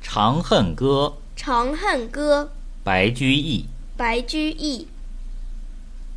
长恨歌》 《长恨歌》白居易。白居易。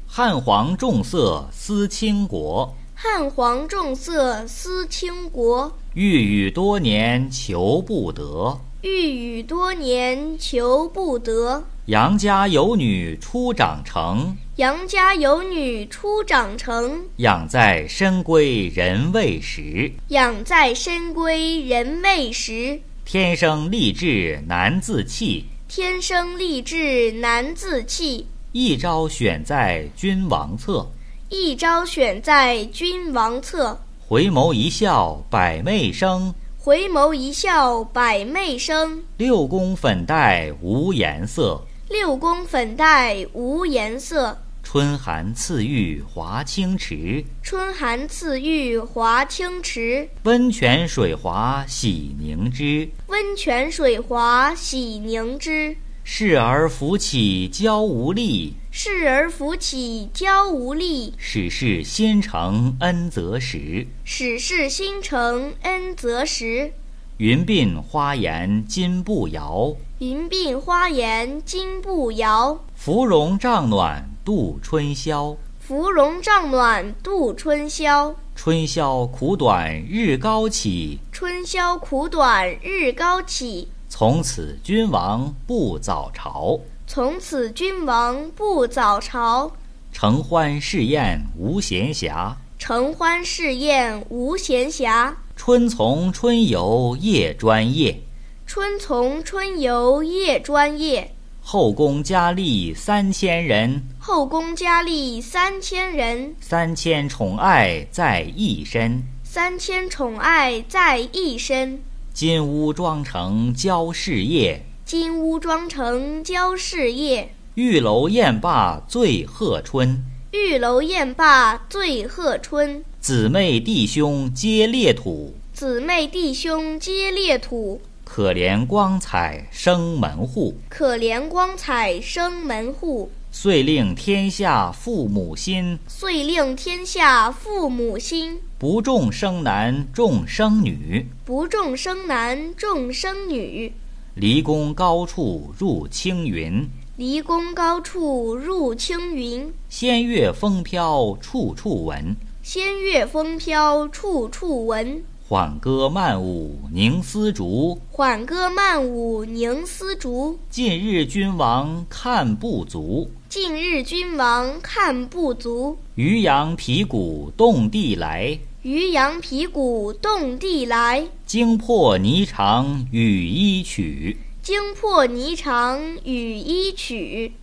汉皇重色思倾国，汉皇重色思倾国，郁郁多年求不得。郁郁多年求不得。杨家有女初长成，杨家有女初长成，养在深闺人未识。养在深闺人未识。天生丽质难自弃，天生丽质难自弃，一朝选在君王侧。一朝选在君王侧。回眸一笑百媚生，回眸一笑百媚生，六宫粉黛无颜色。六宫粉黛无颜色。春寒赐浴华清池，春寒赐浴华清池，温泉水滑洗凝脂。温泉水滑洗凝脂。侍儿扶起娇无力，侍儿扶起娇无力，始是新承恩泽时。始是新承恩泽时。云鬓花颜金步摇，云鬓花颜金步摇，芙蓉帐暖度春宵。芙蓉帐暖度春宵。春宵苦短日高起，春宵苦短日高起，从此君王不早朝。从此君王不早朝。承欢侍宴无闲暇，承欢侍宴无闲暇，春从春游夜专夜。春从春游夜专夜。后宫佳丽三千人，后宫佳丽三千人，三千宠爱在一身。三千宠爱在一身。金屋妆成娇侍夜，金屋妆成娇侍夜，玉楼宴罢醉鹤春。玉楼宴罢醉鹤春。姊妹弟兄皆列土，姊妹弟兄皆列土，可怜光彩生门户。可怜光彩生门户。遂令天下父母心，遂令天下父母心。不重生男重生女。不重生男重生女，离宫高处入青云，离宫高处入青云。仙乐风飘处处闻。仙乐风飘处处闻，缓歌慢舞凝丝竹，缓歌慢舞凝丝竹。近日君王看不足。近日君王看不足，渔阳鼙鼓动地来，渔阳鼙鼓动地来。惊破霓裳羽衣曲。惊破霓裳羽衣曲，